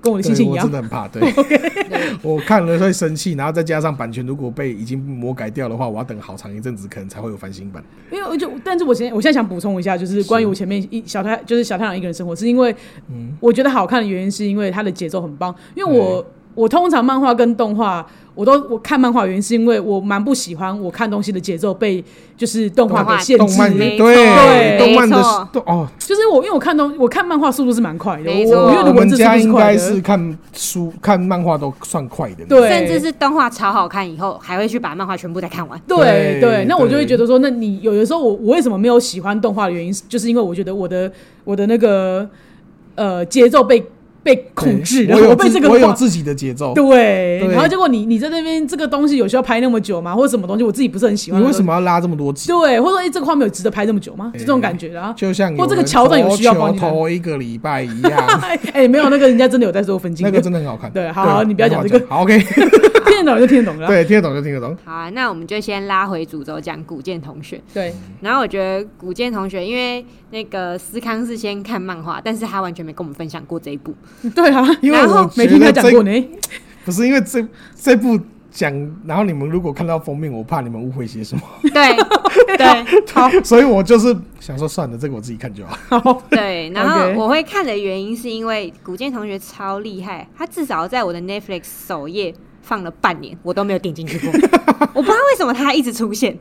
Speaker 1: 跟我的心
Speaker 3: 对
Speaker 1: 情一
Speaker 3: 我
Speaker 1: 样
Speaker 3: 真，的很怕。对， 我看了会生气，然后再加上版权如果被已经魔改掉的话，我要等好长一阵子，可能才会有翻新版。
Speaker 1: 因为我就，但是我现在我现在想补充一下，就是关于我前面一小太就是小太阳一个人生活，是因为
Speaker 3: 嗯
Speaker 1: 我觉得好看的原因是因为它的节奏很棒，因为我。我通常漫画跟动画，我都我看漫画的原因是因为我蛮不喜欢我看东西的节奏被就是动画
Speaker 2: 动画
Speaker 1: 给限
Speaker 3: 动
Speaker 1: 制，
Speaker 3: 漫
Speaker 2: 没
Speaker 3: 也
Speaker 2: 错
Speaker 1: 对
Speaker 3: 对，动漫的
Speaker 2: 没错
Speaker 3: 动哦，
Speaker 1: 就是我因为我看东我看漫画速度是蛮快的，
Speaker 2: 没
Speaker 1: 我
Speaker 2: 错
Speaker 1: 我阅
Speaker 3: 我
Speaker 1: 读
Speaker 3: 们
Speaker 1: 文字速
Speaker 3: 家
Speaker 1: 度是
Speaker 3: 应
Speaker 1: 快
Speaker 3: 该
Speaker 1: 的，
Speaker 3: 是看书、看漫画都算快的。
Speaker 1: 对
Speaker 2: 甚至是动画超好看，以后还会去把漫画全部再看完。
Speaker 1: 对
Speaker 3: 对
Speaker 1: 对，那我就会
Speaker 3: 对
Speaker 1: 觉得说，那你有的时候我我为什么没有喜欢动画的原因，就是因为我觉得我的我的那个呃节奏被被控制，
Speaker 3: 对
Speaker 1: 然
Speaker 3: 我
Speaker 1: 后
Speaker 3: 有
Speaker 1: 被这
Speaker 3: 自
Speaker 1: 个
Speaker 3: 我有
Speaker 1: 画
Speaker 3: 自己的节奏。
Speaker 1: 对，
Speaker 3: 对
Speaker 1: 然后结果你你在那边这个东西有需要拍那么久吗？或者什么东西我自己不是很喜
Speaker 3: 你
Speaker 1: 欢？
Speaker 3: 为什？么要拉这么多集？
Speaker 1: 对，或者说哎、这个画面有值得拍这么久吗？是这种感觉的啊。
Speaker 3: 就像
Speaker 1: 或这个桥段有需要放进来
Speaker 3: 头一个礼拜 一样，
Speaker 1: 哎、没有那个人家真的有在做分镜
Speaker 3: 那
Speaker 1: 的，
Speaker 3: 个真的很好看。啊
Speaker 1: 对好你不要讲这个
Speaker 3: 很好看好，OK，
Speaker 1: 听得懂就听得懂了啊。
Speaker 3: 对，听得懂就听得懂。
Speaker 2: 好啊，那我们就先拉回主轴讲古剑同学。
Speaker 1: 对，
Speaker 2: 然后我觉得古剑同学，因为那个思康是先看漫画，但是他完全没跟我们分享过这一部。
Speaker 1: 对啊，
Speaker 3: 因为
Speaker 1: 然
Speaker 3: 我
Speaker 1: 后没
Speaker 3: 觉
Speaker 1: 听他
Speaker 3: 得
Speaker 1: 讲
Speaker 3: 这
Speaker 1: 过呢。
Speaker 3: 不是因为这这部讲，然后你们如果看到封面，我怕你们误会些什么，
Speaker 2: 对对
Speaker 1: 好，
Speaker 3: 所以我就是想说算了，这个我自己看就好。
Speaker 1: 好，
Speaker 2: 对，然后
Speaker 1: OK
Speaker 2: 我会看的原因是因为古剑同学超厉害，他至少在我的 Netflix 首页放了半年，我都没有点进去过。我不知道为什么他一直出现，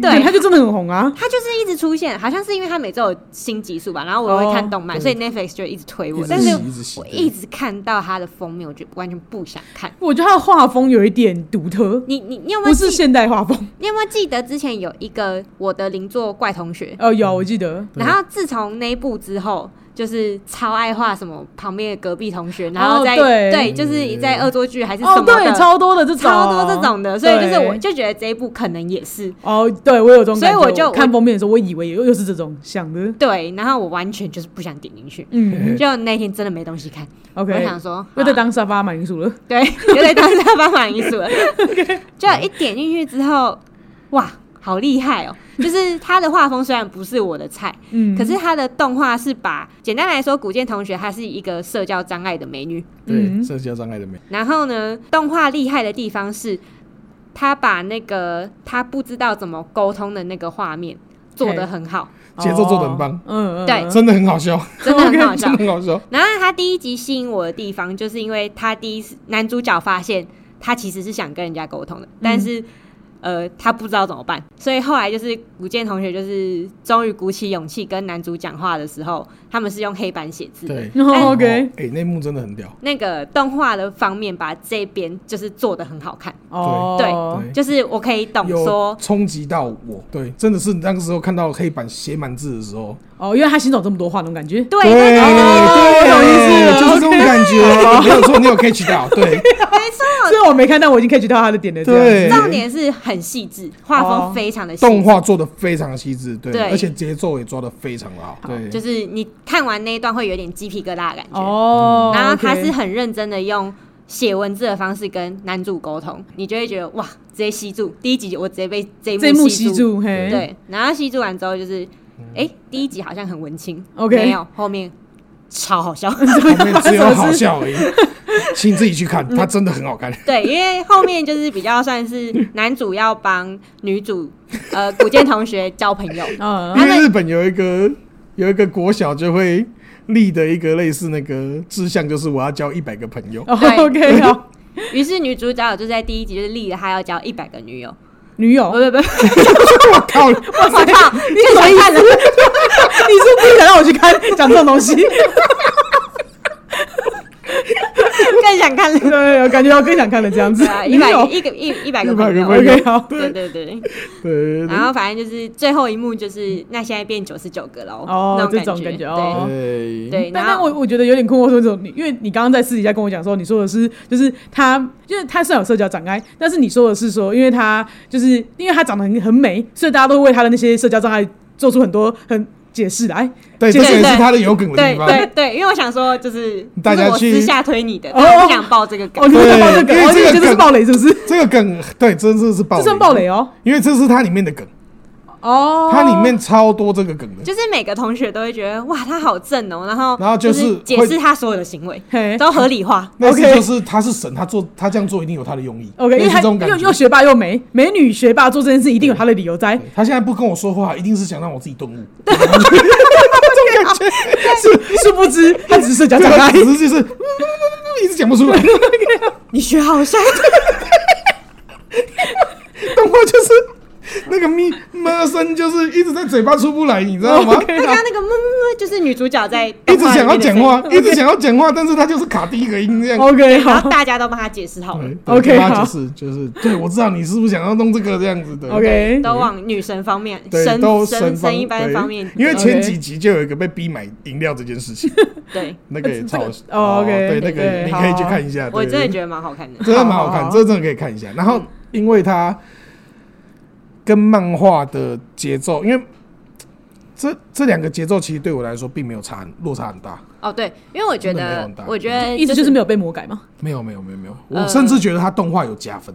Speaker 2: 对
Speaker 1: 他就真的很红啊。
Speaker 2: 他就是一直出现，好像是因为他每周有新集数吧，然后我会看动漫，
Speaker 3: 哦
Speaker 2: 所以 Netflix 就一直推
Speaker 3: 一
Speaker 2: 我，
Speaker 3: 直
Speaker 2: 但是
Speaker 3: 洗一直洗
Speaker 2: 我一直看到他的封面，我就完全不想看。
Speaker 1: 我觉得他的画风有一点独特，
Speaker 2: 你你你有没
Speaker 1: 不
Speaker 2: 有
Speaker 1: 是
Speaker 2: 记？
Speaker 1: 现代画风。
Speaker 2: 你有没有记得之前有一个我的邻座怪同学？
Speaker 1: 哦，有我记得，
Speaker 2: 然后自从那一部之后，就是超爱画什么旁边的隔壁同学，然后在、
Speaker 1: 哦对
Speaker 2: 就是在恶作剧还是什
Speaker 1: 哦，
Speaker 2: 么的，
Speaker 1: 对，超多的这种，
Speaker 2: 超多这种的，所以就是
Speaker 1: 对
Speaker 2: 我就觉得这一部可能也是
Speaker 1: 哦，对我有这种
Speaker 2: 所以
Speaker 1: 感觉，
Speaker 2: 我就
Speaker 1: 看封面的时候，我以为又又是这种想的，
Speaker 2: 对，然后我完全就是不想点进去，
Speaker 1: 嗯
Speaker 2: 就那天真的没东西看，我
Speaker 1: ，OK，
Speaker 2: 想说
Speaker 1: 又在
Speaker 2: 好
Speaker 1: 当沙发马铃薯了，
Speaker 2: 对， 有点当沙发满意 思了。就一点进去之后，哇，好厉害哦！就是他的画风虽然不是我的菜，
Speaker 1: 嗯，
Speaker 2: 可是他的动画是把，简单来说，古剑同学她是一个社交障碍的美女，
Speaker 3: 对，
Speaker 1: 嗯
Speaker 3: 社交障碍的美，
Speaker 2: 然后呢，动画厉害的地方是，他把那个他不知道怎么沟通的那个画面做得很好，
Speaker 3: 节奏做得很棒
Speaker 1: 哦，嗯嗯，
Speaker 2: 对
Speaker 1: 嗯
Speaker 3: 真的很好笑，
Speaker 2: 真的 很好笑
Speaker 3: 真的。很好笑。
Speaker 2: 然后他第一集吸引我的地方，就是因为他第一次男主角发现他其实是想跟人家沟通的，但是呃他不知道怎么办，所以后来就是古剑同学就是终于鼓起勇气跟男主讲话的时候，他们是用黑板写字的。
Speaker 3: 对
Speaker 1: 然后嗯 OK，
Speaker 3: 哦哎，那幕真的很屌，
Speaker 2: 那个动画的方面，把这边就是做的很好看，
Speaker 1: 哦，
Speaker 3: 对
Speaker 2: 就是我可以懂
Speaker 3: 有
Speaker 2: 说，
Speaker 3: 冲击到我，对，真的是那个时候看到黑板写满字的时候，
Speaker 1: 哦，因为他心中有这么多话，那种感觉，
Speaker 2: 对
Speaker 3: 对
Speaker 2: 对
Speaker 1: 我
Speaker 2: 对
Speaker 1: 懂意思
Speaker 3: 对，
Speaker 1: 了
Speaker 3: 就是这种 感觉，没有错，你有 catch 到，对
Speaker 1: 虽然我没看，但我已经 catch 到他的点了，这样子
Speaker 3: 对，
Speaker 2: 重点是很细致，画风
Speaker 1: 哦
Speaker 2: 非常的细致
Speaker 3: 动画做的非常细致，对，
Speaker 2: 对
Speaker 3: 而且节奏也抓的非常的好，对，
Speaker 2: 就是你看完那一段会有点鸡皮疙瘩的感觉。
Speaker 1: 哦，
Speaker 2: 然后他
Speaker 1: OK
Speaker 2: 是很认真的用写文字的方式跟男主沟通，你就会觉得哇，直接吸住。第一集我直接被这
Speaker 1: 这
Speaker 2: 一
Speaker 1: 一幕
Speaker 2: 吸
Speaker 1: 吸
Speaker 2: 住，
Speaker 1: 住，嘿，
Speaker 2: 对，然后吸住完之后就是，哎、第一集好像很文青
Speaker 1: OK
Speaker 2: 没有，后面超好笑。
Speaker 3: 后面只有 好笑而已，请自己去看，它真的很好看。
Speaker 1: 嗯
Speaker 2: 对，因为后面就是比较算是男主要帮女主，呃，古剑同学交朋友，
Speaker 1: 嗯，
Speaker 3: 因
Speaker 2: 他
Speaker 3: 为
Speaker 2: 们
Speaker 3: 日本有一个有一个国小就会立的一个类似那个志向，就是我要交一百个朋友。
Speaker 1: 哦
Speaker 2: 对
Speaker 1: OK，好，
Speaker 2: 于是女主角就在第一集就是立了她要交一百个女友，
Speaker 1: 女友，
Speaker 2: 不
Speaker 1: 你
Speaker 2: 不不，
Speaker 3: 我靠！
Speaker 2: 我操，
Speaker 1: 什么意
Speaker 2: 看
Speaker 1: 思？你是不是想让我去看讲这种东西？
Speaker 2: 更想看了。
Speaker 1: 对，我感觉到更想看了这样子
Speaker 2: 对啊，，一
Speaker 1: 女
Speaker 2: 百
Speaker 1: 友
Speaker 2: 一个一一百个
Speaker 3: 100
Speaker 2: 朋
Speaker 3: 个
Speaker 2: 友
Speaker 3: 朋友
Speaker 1: ，OK，好，
Speaker 2: 对对对，
Speaker 3: 对
Speaker 1: 啊
Speaker 2: 然后反正就是最后一幕就是那现在变九十九个喽，
Speaker 1: 哦
Speaker 2: 那
Speaker 1: 这种
Speaker 2: 感
Speaker 1: 感觉
Speaker 2: 对
Speaker 1: 哦
Speaker 3: 对
Speaker 2: 对，
Speaker 1: 但
Speaker 2: 然
Speaker 1: 但我
Speaker 2: 后
Speaker 1: 我觉得有点困惑，说这种，你因为你刚刚在私底下跟我讲说，你说的是就是他，因为他虽然有社交障碍，但是你说的是说，因为他就是因为他长得很很美，所以大家都会为他的那些社交障碍做出很多很解释来。
Speaker 3: 对，这
Speaker 1: 对
Speaker 3: 个也
Speaker 2: 对
Speaker 3: 是他的有梗的
Speaker 2: 对
Speaker 3: 地方。
Speaker 2: 对对，因为我想说就是
Speaker 3: 大
Speaker 2: 这
Speaker 3: 家
Speaker 2: 是我私
Speaker 3: 去
Speaker 2: 下推你的，
Speaker 1: 哦
Speaker 2: 但我不想爆这个 梗
Speaker 1: 哦，你，们在
Speaker 3: 对
Speaker 1: 爆这个梗，
Speaker 3: 因为
Speaker 1: 哦，
Speaker 3: 这
Speaker 1: 你
Speaker 3: 个
Speaker 1: 觉得这是
Speaker 3: 梗
Speaker 1: 暴雷是不是？
Speaker 3: 这个梗对，真的是爆，
Speaker 1: 这算暴，雷哦。
Speaker 3: 因为这是它里面的梗，
Speaker 1: 哦，
Speaker 3: 它里面超多这个梗的。
Speaker 2: 就是每个同学都会觉得哇他好正哦，然后
Speaker 3: 然后
Speaker 2: 就
Speaker 3: 就是
Speaker 2: 解
Speaker 3: 会
Speaker 2: 释他所有的行为
Speaker 1: 嘿
Speaker 2: 都合理化，
Speaker 3: 那是
Speaker 1: OK
Speaker 3: 就是他是神，他做他这样做一定有他的用意。
Speaker 1: OK，因
Speaker 3: 类
Speaker 1: 为
Speaker 3: 似这
Speaker 1: 他
Speaker 3: 种感
Speaker 1: 又又
Speaker 3: 觉。
Speaker 1: 学霸又美，美女学霸做这件事一定有他的理由在。
Speaker 3: 对他现在不跟我说话，一定是想让我自己顿悟。
Speaker 1: 是 殊不知他只是社交障
Speaker 3: 对，他
Speaker 1: 碍
Speaker 3: 只。是就是一直讲不出来。
Speaker 2: 你学好像
Speaker 3: 动画就是那个咪妈声，就是一直在嘴巴出不来，你知哦 道吗？
Speaker 2: 他刚刚那个么么么就是女主角在
Speaker 3: 啊一
Speaker 2: 动
Speaker 3: 直
Speaker 2: 画里
Speaker 3: 想要
Speaker 2: 面的
Speaker 3: 讲
Speaker 2: 声音
Speaker 3: 话，一直想要讲话，但是他就是卡第一个音这样。
Speaker 1: OK，
Speaker 2: 然后
Speaker 1: 好
Speaker 2: 大家都帮他解释好了
Speaker 3: 对。对
Speaker 1: OK，
Speaker 3: 跟他
Speaker 1: 好
Speaker 3: 就是就是，对我知道你是不是想要弄这个这样子的。
Speaker 1: ，OK，
Speaker 2: 都往女神方面、
Speaker 3: 对，
Speaker 2: 神
Speaker 3: 都
Speaker 2: 神
Speaker 3: 方
Speaker 2: 神一般
Speaker 3: 对
Speaker 2: 方面，
Speaker 3: 因为
Speaker 1: 对
Speaker 3: 前几集就有一个被逼买饮料这件事情，
Speaker 2: 对，
Speaker 3: 那个也超好
Speaker 1: 这个哦，OK，
Speaker 3: 对，那个
Speaker 1: 对
Speaker 3: 你可以去
Speaker 1: 好
Speaker 3: 看一下。
Speaker 2: 我
Speaker 3: 对
Speaker 2: 真的
Speaker 3: 对
Speaker 2: 觉得蛮好看的。
Speaker 3: 真的蛮好
Speaker 1: 好
Speaker 3: 看，
Speaker 1: 好
Speaker 3: 这真的可以看一下。然后，因为它跟漫画的节奏，因为这这两个节奏其实对我来说并没有差很落差很大，
Speaker 2: 哦，对，因为我觉
Speaker 3: 真的没有
Speaker 2: 得
Speaker 3: 很大，
Speaker 2: 我觉得
Speaker 1: 意思
Speaker 2: 就
Speaker 1: 就是没有被魔改嘛。
Speaker 3: 没有没有没有没有，
Speaker 2: 呃
Speaker 3: 我甚至觉得它动画有加分，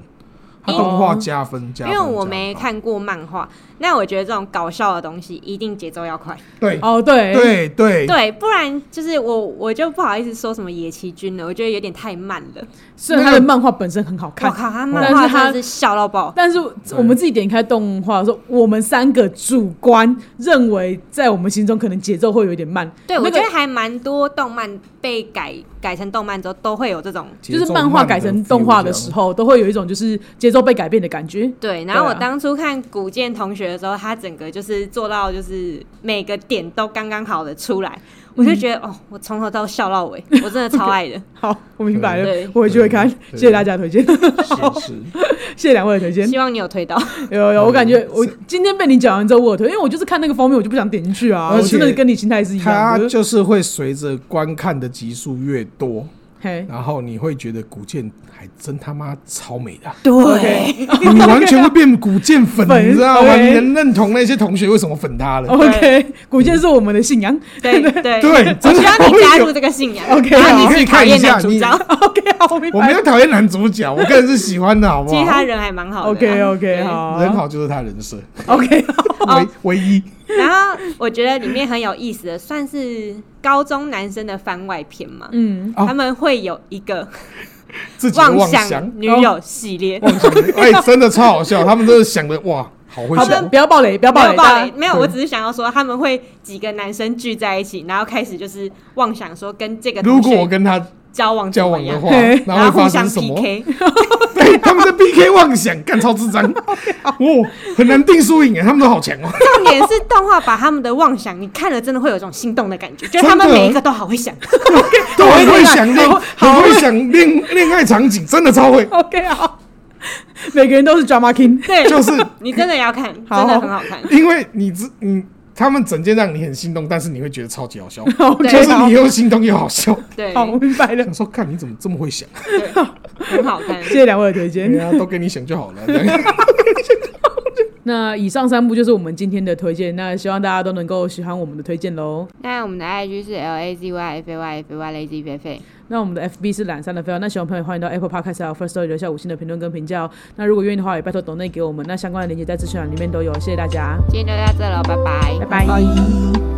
Speaker 3: 它动画加分加
Speaker 2: 因
Speaker 3: 分，
Speaker 2: 为
Speaker 3: 加
Speaker 2: 我
Speaker 3: 分
Speaker 2: 没
Speaker 3: 加分
Speaker 2: 看过漫画，那我觉得这种搞笑的东西一定节奏要快，
Speaker 3: 对
Speaker 1: 哦，对，
Speaker 3: 对对
Speaker 2: 对，不然就是我我就不好意思说什么野崎君了，我觉得有点太慢了。
Speaker 1: 虽然他的漫画本身很好
Speaker 2: 我
Speaker 1: 看，
Speaker 2: 靠，他
Speaker 1: 但
Speaker 2: 漫
Speaker 1: 是
Speaker 2: 画
Speaker 1: 他
Speaker 2: 真的是笑到爆，
Speaker 1: 但是我们自己点开动画的时候，我们三个主观认为，在我们心中可能节奏会有一点慢。
Speaker 2: 对
Speaker 1: 那
Speaker 2: 我
Speaker 1: 个
Speaker 2: 觉得还蛮多动漫被改改成动漫之后都会有这种
Speaker 1: 就是漫画改成动画的时
Speaker 3: 候，
Speaker 1: 候，都会有一种就是节奏被改变的感觉。
Speaker 2: 对，然后我
Speaker 1: 对啊
Speaker 2: 当初看古剑同学的时候，他整个就是做到就是每个点都刚刚好的出来，我就觉得、哦，我从头到笑到尾，我真的超爱的。
Speaker 1: 好，我明白
Speaker 2: 对
Speaker 1: 了，我回去会看
Speaker 3: 对。
Speaker 1: 谢谢大家的推荐。
Speaker 3: 是是，
Speaker 1: 谢谢两位的推荐。
Speaker 2: 希望你有推到。
Speaker 1: 有
Speaker 3: 嗯
Speaker 1: 有，我感觉我今天被你讲完之后，我有推，因为我就是看那个封面，我就不想点进去啊。
Speaker 3: 而
Speaker 1: 我
Speaker 3: 且
Speaker 1: 真的跟你心态是一
Speaker 3: 它
Speaker 1: 样的。
Speaker 3: 就是会随着观看的集数越多，
Speaker 1: 嘿，
Speaker 3: 然后你会觉得古剑还真他妈超美的啊、
Speaker 2: 对
Speaker 3: 你完全会变古剑 粉，
Speaker 1: 粉
Speaker 3: 你知道吗？
Speaker 1: 对
Speaker 3: 你能认同那些同学为什么粉他了？
Speaker 1: OK，古剑是我们的信仰。
Speaker 2: 对对
Speaker 3: 对
Speaker 2: 我
Speaker 3: 真的
Speaker 2: 希望你加入
Speaker 3: 会有
Speaker 2: 这个信仰
Speaker 1: OK，
Speaker 2: 然后
Speaker 3: 好
Speaker 2: 你
Speaker 3: 可以
Speaker 2: 是讨
Speaker 3: 看一
Speaker 2: 厌
Speaker 3: 下
Speaker 2: 男主
Speaker 3: 你
Speaker 2: 角，
Speaker 1: OK，好，我明
Speaker 3: 我没
Speaker 1: 白
Speaker 3: 有。讨厌男主角，我个人是喜欢的，好 不
Speaker 2: 其实
Speaker 3: 好
Speaker 2: 他？人还蛮好的啊。
Speaker 1: OK OK，
Speaker 2: 对
Speaker 1: 好，
Speaker 3: 人好啊哦就是他人设，
Speaker 1: OK，好
Speaker 3: 唯唯一。
Speaker 2: 然后我觉得里面很有意思的，算是高中男生的番外篇嘛。
Speaker 1: 嗯，
Speaker 3: 哦
Speaker 2: 他们会有一个
Speaker 3: 自己的
Speaker 2: 妄
Speaker 3: 妄想
Speaker 2: 想，女友系列，
Speaker 3: 妄想，哎，真的超好笑，他们真的想的哇，好会
Speaker 1: 好的，
Speaker 3: 想
Speaker 1: 不，要暴雷，不要
Speaker 2: 没
Speaker 1: 暴
Speaker 2: 有
Speaker 1: 雷，
Speaker 2: 暴
Speaker 1: 大
Speaker 2: 雷，
Speaker 1: 家
Speaker 2: 没有，
Speaker 3: 对
Speaker 2: 我只是想要说他们会几个男生聚在一起，然后开始就是妄想说跟这个
Speaker 3: 如
Speaker 2: 同
Speaker 3: 果我
Speaker 2: 学
Speaker 3: 跟他
Speaker 2: 交往怎
Speaker 3: 交
Speaker 2: 么
Speaker 3: 往的
Speaker 2: 样
Speaker 3: 话
Speaker 1: 嘿，
Speaker 3: 然后
Speaker 2: 然
Speaker 3: 会
Speaker 2: 后互
Speaker 3: 发
Speaker 2: 相
Speaker 3: 生什么？
Speaker 2: PK，
Speaker 3: 对，他们在 PK 妄想，干超智 障，哇，很难定输赢哎，他们都好强哦。
Speaker 2: 重点是动画把他们的妄想，你看了真的会有一种心动的感觉，就是他们
Speaker 3: 真的
Speaker 2: 每一个都好会想。
Speaker 3: 都很会想恋，
Speaker 1: 好
Speaker 3: 很会想恋恋爱场景，真的超会。
Speaker 1: OK 好，每个人都是 drama king，
Speaker 2: 对，
Speaker 3: 就是
Speaker 2: 你真的要看，真
Speaker 1: 好
Speaker 2: 的很好看。
Speaker 3: 因为你知你他们整件让你很心动，但是你会觉得超级好 笑，
Speaker 1: OK，
Speaker 3: 就是
Speaker 1: 好
Speaker 3: 你又心动又好笑。
Speaker 2: 对，
Speaker 1: 好，我明白了
Speaker 3: 想，说，看你怎么这么 会想，
Speaker 2: 对，很好看。
Speaker 1: 谢谢两位的推荐
Speaker 3: 人。家都给你想就好了。这样
Speaker 1: 那以上三部就是我们今天的推荐，那希望大家都能够喜欢我们的推荐喽。
Speaker 2: 那我们的 IG 是 L A Z Y F A Y F A Y Lazy 菲菲。
Speaker 1: 那我们的 FB 是懒散的飞，那喜欢朋友欢迎到 Apple Podcast 还有 First Story 留下五星的评论跟评价哦。那如果愿意的话，也拜托抖内给我们，那相关的链接在资讯栏里面都有。谢谢大家，
Speaker 2: 今天就到这了，拜拜
Speaker 1: 拜拜